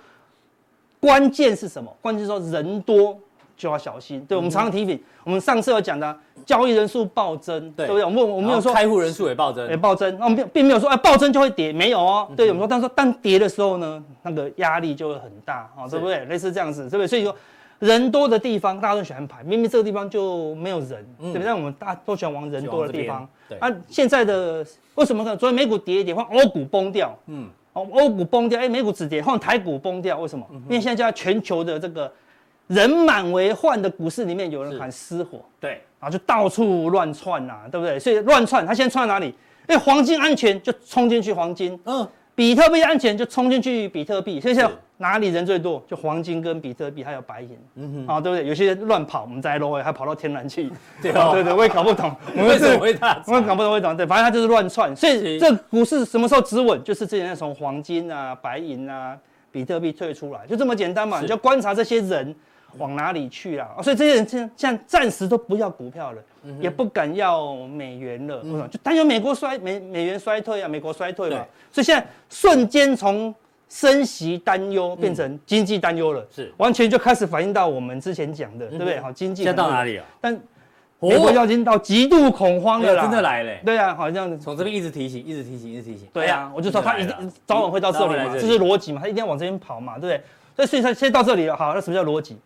关键是什么？关键是说人多就要小心。嗯对，我们常常提醒，我们上次有讲的啊，交易人数暴增，对对不对？我们我们没有然后说哎开嗯户人数也暴增也、，暴增，那我们并并没有说哎、暴增就会跌，没有哦。对，我们说，但是说但跌的时候呢，那个压力就会很大哦，对不对？类似这样子，对不对？所以说。人多的地方，大家都喜欢排。明明这个地方就没有人，对不对？但我们大家都喜欢往人多的地方。嗯对啊，现在的为什么可能昨天美股跌一跌，换欧股崩掉？嗯嗯，哦，欧股崩掉，哎，美股止跌，换台股崩掉，为什么？嗯因为现在叫全球的这个人满为患的股市里面，有人喊失火，对，然后就到处乱窜呐、对不对？所以乱窜，他现在窜到哪里？哎，黄金安全就冲进去黄金，嗯，比特币安全就冲进去比特币，所以现在是哪里人最多？就黄金跟比特币还有白银，嗯啊，对不对？有些人乱跑，我们在 LO 还跑到天然气，啊对哦对对，我也搞不懂，我 为们什是么会大 我也搞不懂，我也搞不懂，对，反正它就是乱窜。所是以这股市什么时候止稳？就是之前从黄金啊、白银啊、比特币退出来，就这么简单嘛。是你就观察这些人往哪里去啦。啊所以这些人现现在暂时都不要股票了，嗯也不敢要美元了，为什么？就担忧美国衰美美元衰退啊，美国衰退嘛对。所以现在瞬间从升息担忧变成经济担忧了，嗯是嗯完全就开始反映到我们之前讲的，对不对？好，经济现在到可能哪？里了？哎但美国要已经到极度恐慌了哎呦啦，真的来嘞！对啊，好像从这边一直提醒，一直提醒，一直提醒。对啊，我就说他一来了定早晚会到这早晚里来嘛，这这里是逻辑嘛，他一定要往这边跑嘛，对不对？所以所以他先到这里了，好，那什么叫逻辑？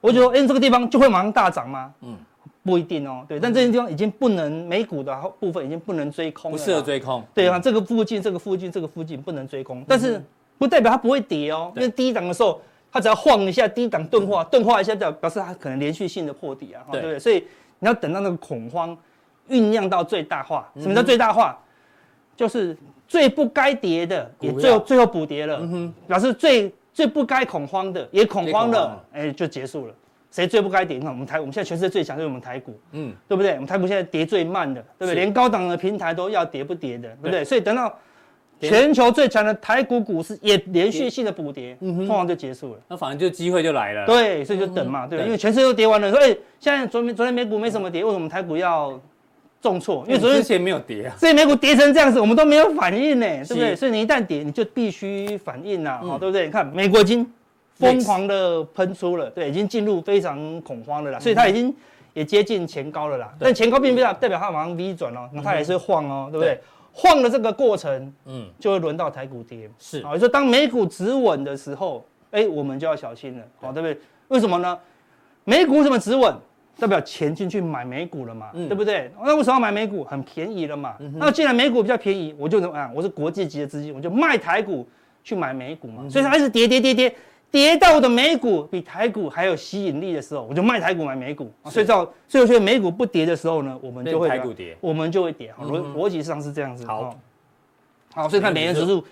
我就说，哎，这个地方就会马上大涨吗？嗯，不一定哦，对，但这些地方已经不能美股的部分已经不能追空了不啦，适合追空。对啊，这个附近、这个附近、这个附近不能追空，但是不代表它不会跌哦，因为低档的时候，它只要晃一下，低档钝化，钝化一下表表示它可能连续性的破底啊，哈对对不对？所以你要等到那个恐慌酝酿到最大化。什么叫最大化？就是最不该跌的也股票最后最后补跌了，表示最最不该恐慌的也恐慌也恐慌了了，哎，就结束了。谁最不该跌？你看我们台，我们现在全世界最强就是我们台股，嗯，对不对？我们台股现在跌最慢的，对不是对？连高档的平台都要跌不跌的，对不对对？所以等到全球最强的台股股市也连续性的补跌，通常就结束了。那反正就机会就来了。，对，所以就等嘛，对不对对，因为全世界都跌完了，所以现在昨天昨天美股没什么跌，为什么台股要重挫？因为昨之天前没有跌啊。所以美股跌成这样子，我们都没有反应呢，对不对？是所以你一旦跌，你就必须反应啦、好、对不对？你看美国已经疯狂的喷出了，对，已经进入非常恐慌了啦，所以它已经也接近前高了啦。但前高并不代代表它马上 V 转哦，那它也是晃哦，对不对？对晃的这个过程嗯，就会轮到台股跌，是好，就当美股止稳的时候，哎、我们就要小心了，好，对不对？为什么呢？美股怎么止稳？代表钱进去买美股了嘛，嗯对不对？那为什么要买美股？很便宜了嘛。那既然美股比较便宜，我就怎么样？我是国际级的资金，我就卖台股去买美股嗯嘛。所以它一直跌跌跌跌跌到我的美股比台股还有吸引力的时候，我就卖台股买美股。啊所以到所以所以美股不跌的时候呢，我们就会变台股跌嗯我们就会跌。好逻逻辑上是这样子。好哦，好，所以看美元指数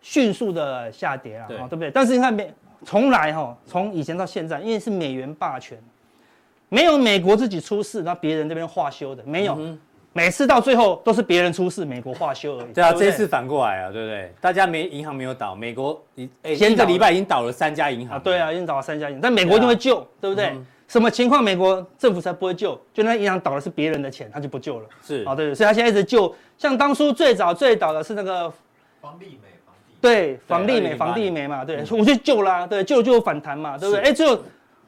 迅速的下跌了，对哦对不对？但是你看美，从来哈、从以前到现在，因为是美元霸权，没有美国自己出事，那别人这边化修的没嗯有。每次到最后都是别人出事，美国化修而已。对啊，不这一次反过来啊，对不对？大家没银行没有倒，美国一哎先一个倒了礼拜已经倒了三家银行啊，了。嗯对啊，一定找到三家银，但美国一定会救，对不对？什么情况美国政府才不会救？就那银行倒的是别人的钱，他就不救了。是啊，对，所以他现在一直救，像当初最早最早的是那个房地美，房地对，房地美， 2008房地美嘛，嗯对，我去救啦，对，救了就有反弹嘛，对不对？哎，最后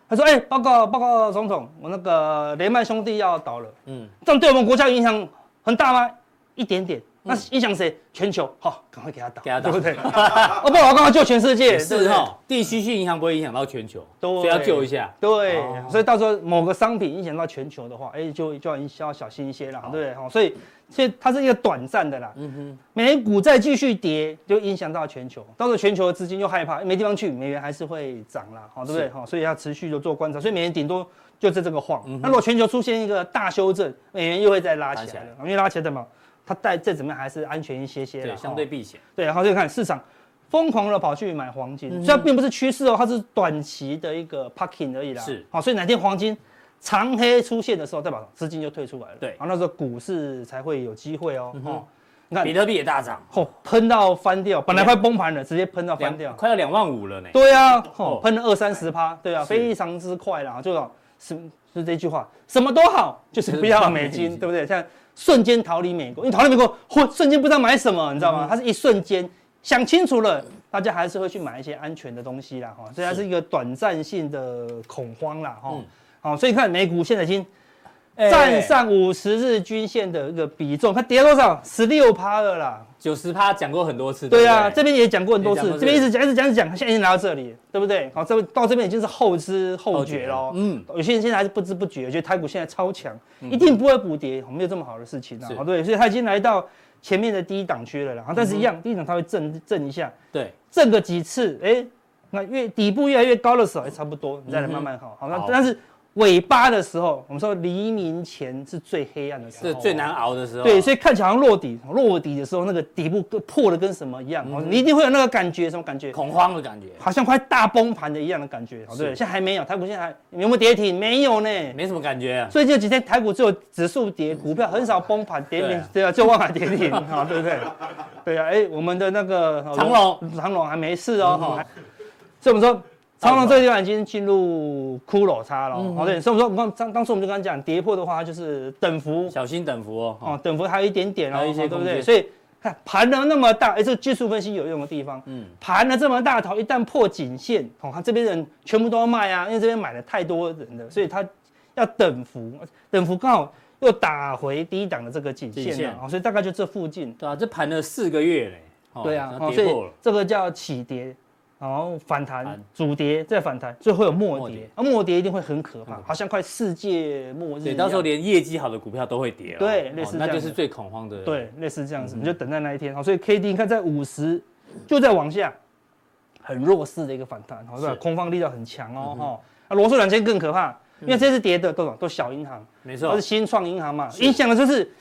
他说，哎，报告报告总统，我那个雷曼兄弟要倒了，嗯这样对我们国家影响很大吗？一点点，那影响谁？全球，好，赶快给他打，给他打对不 对？哦，不然我刚好救全世界，也对是不对哈，地区性银行不会影响到全球，对所以要救一下。对，哦所以到时候某个商品影响到全球的话，哎、就就要影响要小心一些啦，对不对？哦，所以所以它是一个短暂的啦。嗯哼，美股再继续跌，就影响到全球，到时候全球的资金又害怕没地方去，美元还是会涨啦，哦好、对不对？好、所以要持续的做观察，所以美元顶多就在这个嗯晃。那如果全球出现一个大修正，美元又会再拉拉起起来来了，因为拉起来的嘛，它再再怎么样还是安全一些些啦对，相哦对避险。对，然后就看市场疯狂的跑去买黄嗯金，虽然并不是趋势哦，它是短期的一个 parking 而已啦。是好，所以哪天黄金长黑出现的时候，代表资金就退出来了。对嗯然后那时候股市才会有机会哦。哦，你看比，特币也大涨，哦，喷到翻掉，本来快崩盘了，直接喷到翻两掉。快要两万五了呢。对啊，哦哦，喷了二三十趴，对啊，是非常之快啦，就是什就是这句话，什么都好，就是不要美就是不要美金金，对不对？像瞬间逃离美国，因为逃离美国，或瞬间不知道买什么，你知道吗？它是一瞬间，想清楚了，大家还是会去买一些安全的东西啦，哦哈，所以它是是一个短暂性的恐慌啦，哈嗯，好，所以看美股现在已经哎站上五十日均线的一个比重，它跌多少？十六趴了啦，哎九十趴讲过很多次。对啊，不这边也讲过很多也次讲，过这边一直讲，一直讲，一直讲，现在已经来到这里，对不对？好，这到这边已经是后知后觉喽。嗯嗯，有些人现在还是不知不觉，觉得台股现在超强，一定不会补跌，没有这么好的事情啊是。嗯好，对，所以它已经来到前面的第一档区了啦。哦好但是一样，第一档它会震震一下，对，震个几次，哎，那越底部越来越高的时候，哎，差不多，你再来慢慢好。好，那嗯好但是尾巴的时候，我们说黎明前是最黑暗的时候，是最难熬的时候。对，所以看起来好像落底，落底的时候那个底部跟破的跟什么一嗯样，哦，你一定会有那个感觉，什么感觉？恐慌的感觉，好像快大崩盘的一样的感觉，哦对，是现在还没有，台股现在还有没有跌停？没有呢。没什么感觉啊。所以这几天台股只有指数跌，股票很少崩盘跌对停啊，对啊，就万海跌停， 哈，对不对？对啊，哎，我们的那个哦长隆嗯长隆还没事哦，哈，所以我们说长隆这个地方已经进入骷髅差了，嗯哦，对，所以我们说我们刚当当初我们就刚刚讲跌破的话，它就是等幅小心等幅哦。哦，等幅还有一点点哦，还有一哦些对不空间对？所以看盘了那么大，哎，这技术分析有用的地方，嗯嗯，盘了这么大头，一旦破颈线，哦，他这边人全部都要卖啊，因为这边买了太多人嗯了，所以他要等幅，等幅刚好又打回低档的这个颈颈线线了，哦，所以大概就这附近，对啊，这盘了四个月嘞。哦对啊，要哦所跌以破了。这个叫起跌。然后反弹弹、主跌再反弹，最后有末末跌嗯跌，啊，末跌一定会很可怕，好像快世界末日一样。对，到时候连业绩好的股票都会跌哦。嗯对哦类似这那样就是的最恐慌的。对，类似这样嗯子，你就等待那一天。哦好，所以 K D 你看在五十就在往下，很弱势的一个反弹，哦好，是吧？是嗯空方力道很强哦，哈。那罗素两千更可怕，因为这次跌的都都小银行，哦没都错是。新创银行嘛，影响的就是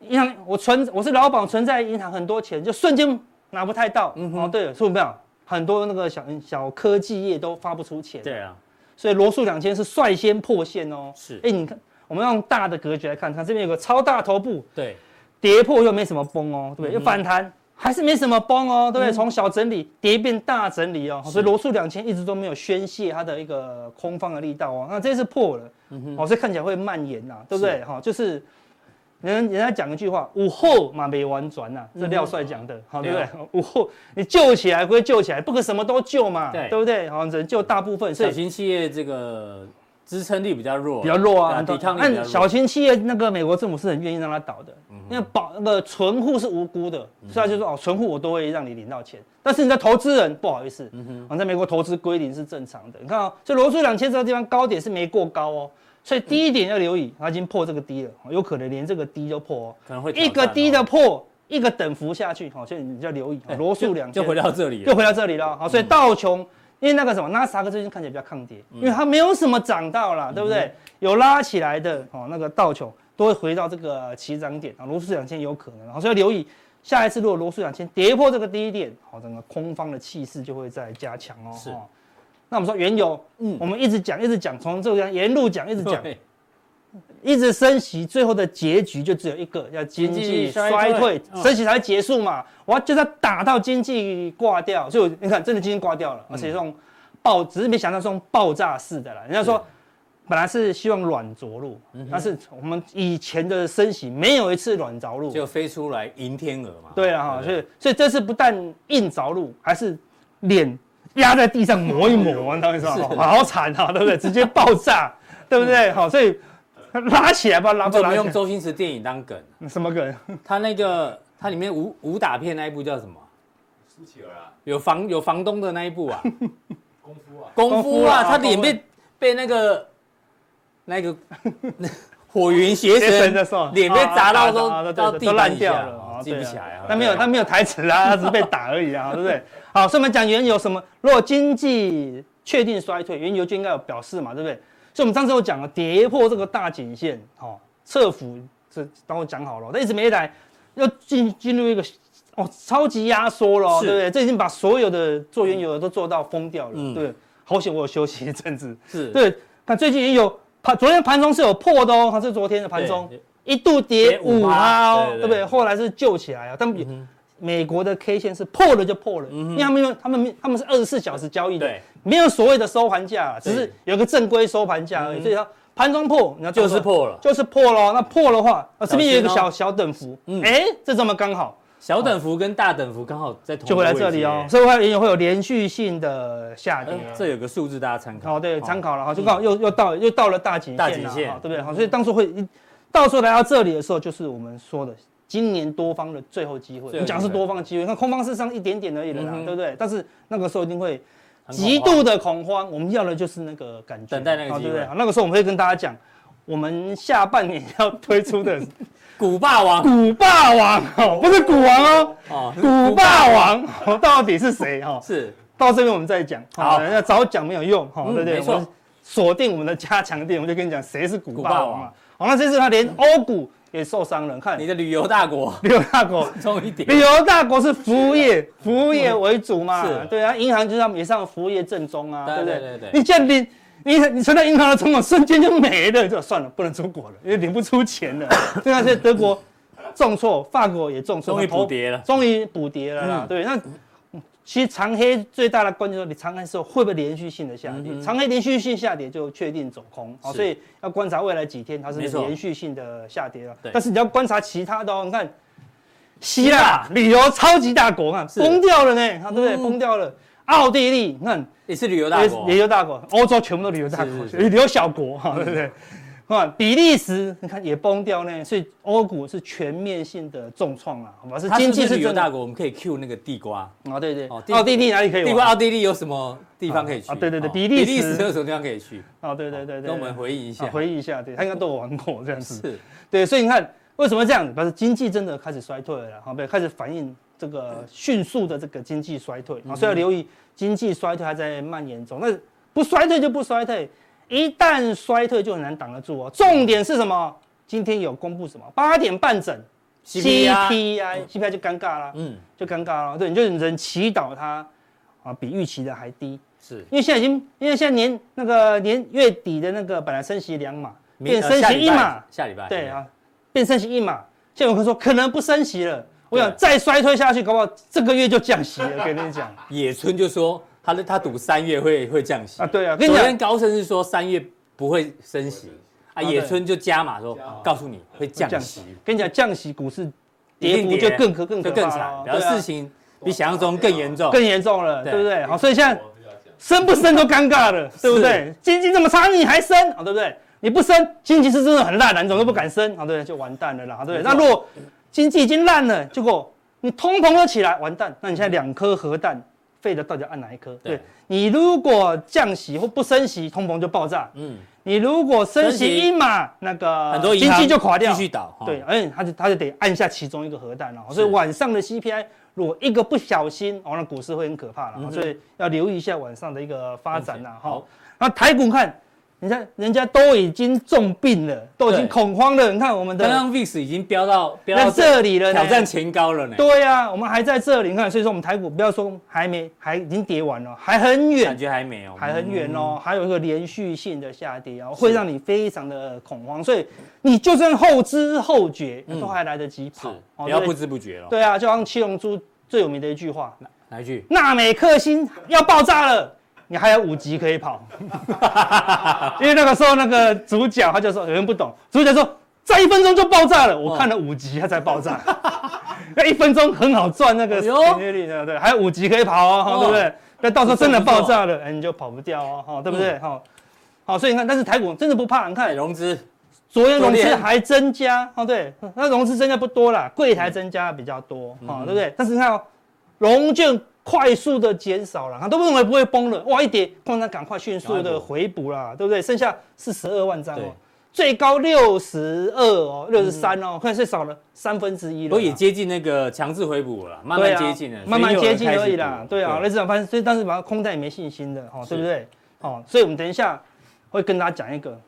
银行，我存我是老板，我存在银行很多钱，就瞬间拿不太到。嗯哦，对了，是不是？很多那个小小科技业都发不出钱，对啊，所以罗素两千是率先破线哦。是哎，你看，我们用大的格局来看，看这边有个超大头部，对，跌破又没什么崩哦，对嗯不对？又反弹还是没什么崩哦，对不对？从小整理跌变大整理哦，所以罗素两千一直都没有宣泄它的一个空方的力道哦，那这次破了，嗯哦，所以看起来会蔓延呐、对不对？哈、就是。人人家讲一句话，午后嘛没玩转呐、这廖帅讲的，好、对不嗯对对啊？ 午后你救起来归救起来，不可什么都救嘛，对对不对？好、只能救大部分，所小以型企业这个支撑力比较弱，比较弱对啊，抵抗力比较按弱嗯小型企业那个美国政府是很愿意让它倒的，因为保那个存户是无辜的，所以他就说哦，存户我都会让你领到钱，但是你的投资人不好意思，嗯啊，在美国投资归零是正常的。你看啊，所以罗素两千这个地方高点是没过高哦，所以低点要留意，它已经破这个低了，哦有可能连这个低都破哦，可能会挑一战个哦低的破，一个等幅下去，好，所以你就要留意哦罗素两就千回到这里了又。回到这里了。好，所以道琼，因为那个什么纳斯达克最近看起来比较抗跌，因为它没有什么涨到啦，对不对？有拉起来的哦，那个道琼都会回到这个起涨点啊，罗素两千有可能，好哦所以要留意。下一次如果罗素两千跌破这个低点，好，整个空方的气势就会再加强哦。是哦那我们说原油，嗯嗯，我们一直讲，一直讲，从这个沿路讲，一直讲，对一直升息，最后的结局就只有一个，叫经经济济衰衰退退，嗯升息才会结束嘛。我要就是要打到经济挂掉，所以我你看，真的经济挂掉嗯了，而且是用爆，只是没想到是用爆炸式的啦。人家嗯说本来是希望软着陆，但是我们以前的升息没有一次软着陆，就飞出来迎天鹅嘛。对了啊哈，不所以所以这次不但硬着陆，还是脸压在地上磨一 磨，你懂我意思吗？好惨啊，对不对？直接爆炸，对不嗯对？好，所以拉起来吧，拉他不怎么拉用起周星驰电影当梗？啊来？什么梗？他那个它里面武武打片那一部叫什么？苏乞儿啊，有房有房东的那一部啊， 功夫啊，功夫功啊，夫啊他脸被被那个那个 火云邪邪神神的时候脸被砸到啊啊啊对都到对地都板烂以掉下了，啊记不对啊起来啊。他没有他没有台词啊，他只是 被打而已啊，对不对？好，所以我们讲原油什么？如果经济确定衰退，原油就应该有表示嘛，对不对？所以我们上次有讲了，跌破这个大颈线，好、哦，测幅这当我讲好了，但一直没来，又进进入一个哦超级压缩了哦、是对不对？这已经把所有的做原油的都做到疯掉了，嗯对不对，好险我有休息一阵子，是对，看最近也有盘，昨天盘中是有破的哦，它是昨天的盘中对一度跌跌五5%趴哦，对对对嗯对不对？后来是救起来啊，但美国的 K 线是破了就破了，因为他们用他们他们是二十四小时交易的对，没有所谓的收盘价啊，只是对嗯有个正规收盘价而已，所以它盘中破，你要知道就是破了就是破了哦。那破的话，啊，这边有一个小心哦小小等幅嗯，哎，这怎么刚好？小等幅跟大等幅刚好在同一就个会来位这置里哦，耶所以它也会有连续性的下跌呃啊。这有个数字大家参考。哦，对，哦参考了哈，就刚好又又到又到了大颈线了大颈线哦对不对？好，所以当初会一到时候来到这里的时候，就是我们说的今年多方的最后机会。最后机会你讲是多方的机会，那空方事实上一点点而已了啦，嗯哼对不对？但是那个时候一定会很恐极慌度的恐慌，我们要的就是那个感觉，等待那个哦机对不对？会好那个时候我们会跟大家讲。我们下半年要推出的古霸王古霸王哦，不是古王哦，哦， 古霸王哦到底是谁哦？是到这边我们再讲，好好，要早讲没有用，哈，嗯对不对？没我错们锁定我们的加强店，我就跟你讲谁是古霸古霸王王嘛。好，那这次他连欧股也受伤了，看你的旅游大国， 刘大国，终于点旅游大国是服务业，服务业为主嘛啊嗯是，对啊，银行就是他们也上服务业正宗啊，对对不对？对对对你这样领，你你存到银行的存款瞬间就没了，就算了，不能出国了，因为领不出钱了。对啊，所以德国重挫，法国也重挫，终于那投补跌了终于补跌了啦。嗯对，那其实长黑最大的关键就是你长黑之后会不会连续性的下跌？长黑连续性下跌就确定走空，好，嗯是所以要观察未来几天它是没错连续性的下跌了对。但是你要观察其他的哦，你看。希腊旅游超级大国，看崩掉了呢，啊对不对？嗯崩掉了。奥地利，你看也是旅游大也国也，有大国，欧洲全部都旅游大国，是是嗯旅游小国哈，对不对？啊，比利时你看也崩掉呢，所以欧股是全面性的重创了，好吧？是它经济不是旅游真的大国，我们可以 Q 那个地瓜。啊，对对，哦地奥地利哪里可以玩？地瓜奥地利有什么地方可以去？啊对对对哦比利时比利时有什么地方可以去？啊，对对对对，哦跟我们回忆一忆下。回忆一下，对，他应该都有玩过这样子。是对，所以你看为什么这样子？表示经济真的开始衰退了啦，好，对，开始反映这个迅速的这个经济衰退啊，所以要留意经济衰退还在蔓延中。那不衰退就不衰退，一旦衰退就很难挡得住哦。重点是什么？今天有公布什么？八点半整 CPI CPI CPI 就尴尬啦，嗯，就尴尬了。对，你就只能祈祷它啊比预期的还低。是因为现在已经，因为现在年那个年月底的那个本来升息两码，变呃升下息礼一拜码，下礼拜对，啊，变升息一码。现在有人说可能不升息了，我想对再衰退下去，搞不好这个月就降息 了。跟你讲野村就说他的他赌三月会会降息啊，，对啊，跟你昨天讲，高盛是说三月不会升息啊，啊野村就加码说加码告诉你会降降息息，跟你讲降息，股市一跌定幅就更可更就可更怕惨，了，然后对啊事情比想象中哦更严重，更严重了，对对不对？好，所以现在我比较讲，升不升都尴尬 了，对不对？经济这么差，你还升啊，对不对？你不升，经济是真的很烂了，你怎么都不敢升啊，对不对？就完蛋了啦，对不对？那如果经济已经烂了，结果你通膨都起来，完蛋，那你现在两颗核弹，废的到底要按哪一颗？对对你如果降息或不升息，通膨就爆炸；嗯，你如果升升息息一码，那个很多银经行济就垮掉，继续倒，哦对，，而且他就他就得按下其中一个核弹了，哦所以是晚上的 CPI 如果一个不小心，哦，那股市会很可怕了，嗯哼所以要留意一下晚上的一个发展啦，哈好。那台股看，你看人家都已经重病了，都已经对恐慌了，你看我们刚的刚 VIX 已经飙到飙在到这里了呢，挑战前高了呢，对呀、我们还在这里，你看，所以说我们台股不要说还没，还已经跌完了，还很远感，觉还没有，嗯还很远哦，还有一个连续性的下跌哦，会让你非常的恐慌，所以你就算后知后觉，嗯都还来得及是跑。哦不要对不知不觉了。对啊，就像七龙珠最有名的一句话来一句：“？纳美克星要爆炸了，你还有五级可以跑。” 因为那个时候那个主角他就说，有人不懂，主角说再一分钟就爆炸了，我看了五集他才爆炸， 那一分钟很好赚那个哎呦点阅率的，对，还有五级可以跑哦，哈哦对不对？那到时候真的爆炸嗯了，哎，你就跑不掉哦，哈，对不对？哈，好，所以你看，但是台股真的不怕，你看融资昨天融资昨天嗯还增加哦，对，那融资增加不多啦，柜台增加比较多，哦，对不对？但是你看哦，融券快速的减少了，他都认为不会崩了，哇，一跌，矿商赶快迅速的回补啦，对不对？剩下四十二万张对哦，最高六十二哦，六十三哦，快是少了三分之一了啦，都也接近那个强制回补了啦，慢慢接近了，啊对啊、慢慢接近而已啦。对啊，那那市场反正所以当时把它空单也没信心的，哦，是对不对？哦，所以我们等一下会跟大家讲一个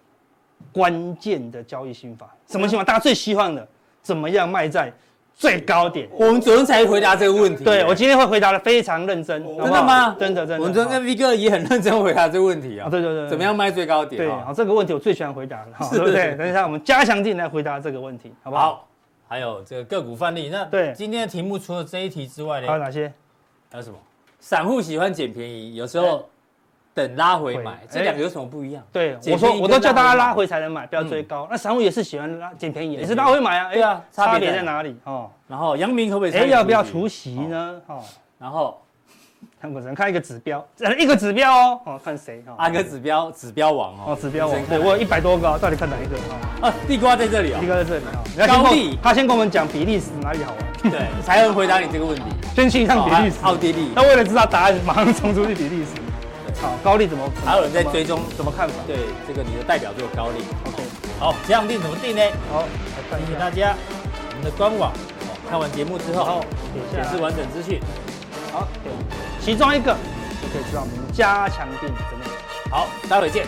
关键的交易心法，什么心法？啊大家最希望的，怎么样卖在最高点？我们昨天才回答这个问题。对我今天会回答的非常认真，好不好哦真的吗真的真的。我们昨天跟 V 哥也很认真回答这个问题啊，啊，对对对，对怎么？样卖最高点？对，哦好，这个问题我最喜欢回答了，好是对不对？等一下我们加强地来回答这个问题，好不好？好，还有这个个股范例。那对今天的题目除了这一题之外呢还有，哪些？还有什么？散户喜欢捡便宜，有时候等拉回买会，这两个有什么不一样？对，捡我说便宜我跟都叫大家拉回拉买回才能买，不要追高。那散户也是喜欢拉捡便宜，也是嗯便宜拉回买啊。哎对啊差差别别在在哪里？哦，然后阳明可不可以？哎，要不要除？息呢？哦，然后他们只能看一个指标，呃一个指标哦，哦，看谁哦，阿哥指标指标王哦，哦，指标认我，真对看我有一百多个，到底看哪一个？哦啊，地瓜在这里哦一。个在这里啊，你要先跟高我地他先跟我们讲比利时哪里好 玩，对，才能回答你这个问题。先去一趟比利时哦。奥地利，那为了知道答案，马上冲出去比利时。好，高利怎么？还有人在追踪怎么看法对这个你的代表作高丽。 ？OK，好，这样定怎么定呢？好，来看提一醒下，大家，我们的官网哦看完节目之后，写显下示来。完整资讯。好，对，其中一个就可以知道我们加强定的内容。好，待会见。